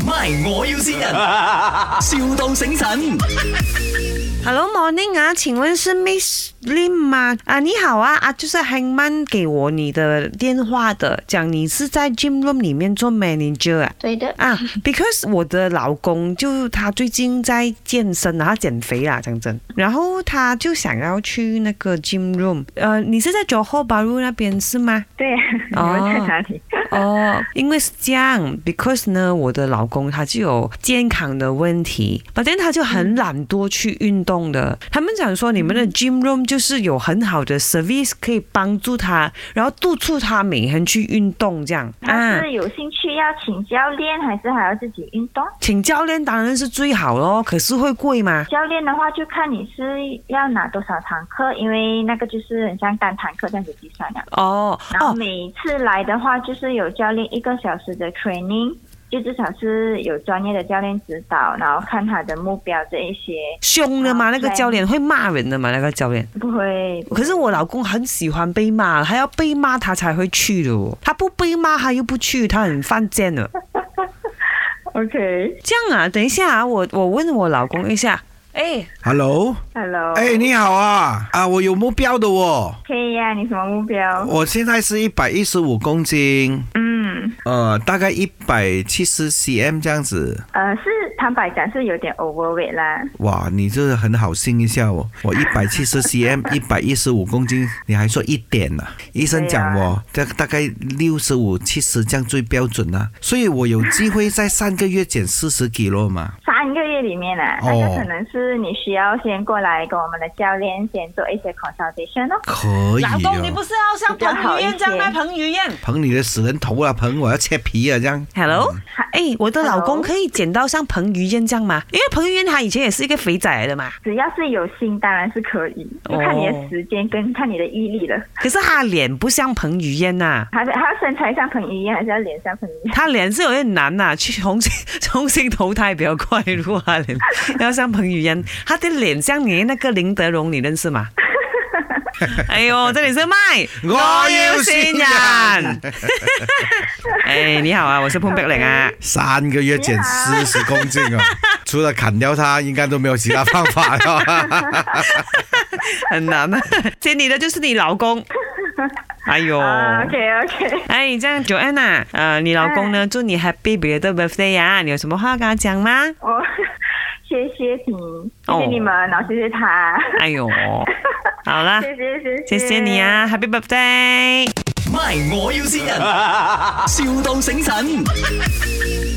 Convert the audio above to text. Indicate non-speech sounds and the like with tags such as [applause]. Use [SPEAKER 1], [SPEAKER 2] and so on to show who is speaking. [SPEAKER 1] My，我要先人，, [laughs] 笑到醒神。
[SPEAKER 2] Hello morning 啊，请问是 Miss Lim 吗？啊，你好啊啊，就是 Hangman 给我你的电话的，讲你是在 gym room 里面做 manager 啊。
[SPEAKER 3] 对的，
[SPEAKER 2] 啊，because 我的老公就他最近在健身啊，然后减肥啦，讲真，然后他就想要去那个 gym room，呃，你是在 Johor Bahru 那边是吗？
[SPEAKER 4] 对，你
[SPEAKER 2] 哦
[SPEAKER 4] 们在哪里？
[SPEAKER 2] 哦，因为是这样，because 呢，我的老公他就有健康的问题，反正他就很懒惰去运动的。他们讲说，你们的
[SPEAKER 4] 嗯
[SPEAKER 2] gym room 就是有很好的 service 可以帮助他，然后督促他每天去运动这样
[SPEAKER 4] 他
[SPEAKER 2] 啊。
[SPEAKER 4] 是有兴趣要请教练，还是还要自己运动？
[SPEAKER 2] 请教练当然是最好咯，可是会贵吗？
[SPEAKER 4] 教练的话，就看你是要拿多少堂课，因为那个就是很像单堂课这样子计算的。
[SPEAKER 2] 哦
[SPEAKER 4] 然后
[SPEAKER 2] 哦，
[SPEAKER 4] 每次来的话，就是有教练一个小时的 training，就至少是有专业的教练指导，然后看他的目标这一些，
[SPEAKER 2] 凶的嘛，
[SPEAKER 4] 啊
[SPEAKER 2] 那个
[SPEAKER 4] 对
[SPEAKER 2] 教练会骂人的嘛，那个教练。
[SPEAKER 4] 不会。
[SPEAKER 2] 可是我老公很喜欢被骂，他要被骂他才会去的哦，他不被骂他又不去，他很犯贱的。
[SPEAKER 4] OK，Hello，、
[SPEAKER 2] 这样啊，等一下啊，我我问我老公一下，哎，
[SPEAKER 5] Hello，哎、你好啊，啊，我有目标的哦，
[SPEAKER 4] 可以呀、你什么目标？
[SPEAKER 5] 我现在是一百一十五公斤，
[SPEAKER 4] 嗯，
[SPEAKER 5] 呃，大概一百七十 cm 这样子。
[SPEAKER 4] 呃，是坦白讲是有点 overweight 啦。
[SPEAKER 5] 哇，你这是很好信一下我，我一百七十 [laughs] cm，一百一十五公斤，你还说一点呢、医生讲
[SPEAKER 4] 对
[SPEAKER 5] 我大大概六十五、七十这样最标准啦、所以我有机会在三个月减四十几咯嘛。
[SPEAKER 4] 三个月里面啊，
[SPEAKER 5] 哦
[SPEAKER 4] 那个可能是你需要先过来跟我们的教练先做一些 consultation 哦。
[SPEAKER 5] 可以、
[SPEAKER 2] 老公，你
[SPEAKER 5] 哦
[SPEAKER 2] 不，是要像彭于晏这样卖彭于晏
[SPEAKER 5] 捧你的死人头啊，捧我要切皮啊，这样。
[SPEAKER 2] ？Hello，哎，我的老公
[SPEAKER 4] Hello
[SPEAKER 2] 可以减到像彭于晏这样吗？因为彭于晏他以前也是一个肥仔来的嘛，
[SPEAKER 4] 只要是有心，当然是可以，就看你
[SPEAKER 2] 哦
[SPEAKER 4] 的时间跟看你的毅力了。
[SPEAKER 2] 可是他脸不像彭于晏呐、
[SPEAKER 4] 还是还要身材像彭于晏，还是要脸像彭于晏？
[SPEAKER 2] 他脸是有点难呐、去重新 [laughs] 重新投胎比较快。如果他脸要像彭于晏，他的脸像你那个林德荣，你认识吗？ [laughs] 哎呦，这里是麦，
[SPEAKER 5] 我要
[SPEAKER 2] 新
[SPEAKER 5] 先
[SPEAKER 2] 人。 [laughs] 哎，你好啊，我是潘碧玲啊。
[SPEAKER 5] 三个月减四十公斤啊！除了砍掉它，应该都没有其他方法了。
[SPEAKER 2] [laughs] 很难啊，接你的就是你老公。哎呦，
[SPEAKER 4] 啊，OK OK， [laughs]
[SPEAKER 2] 哎，这样 Joanna，呃，你老公呢？祝你 Happy belated birthday 啊！你有什么话要跟他讲吗？
[SPEAKER 4] 我哦谢谢你，谢谢你们，
[SPEAKER 2] 哦
[SPEAKER 4] 然后谢谢他， [laughs]
[SPEAKER 2] 哎呦，好啦，
[SPEAKER 4] 谢谢谢
[SPEAKER 2] 谢谢你啊，Happy birthday！
[SPEAKER 1] My，我要先人，,笑到醒神。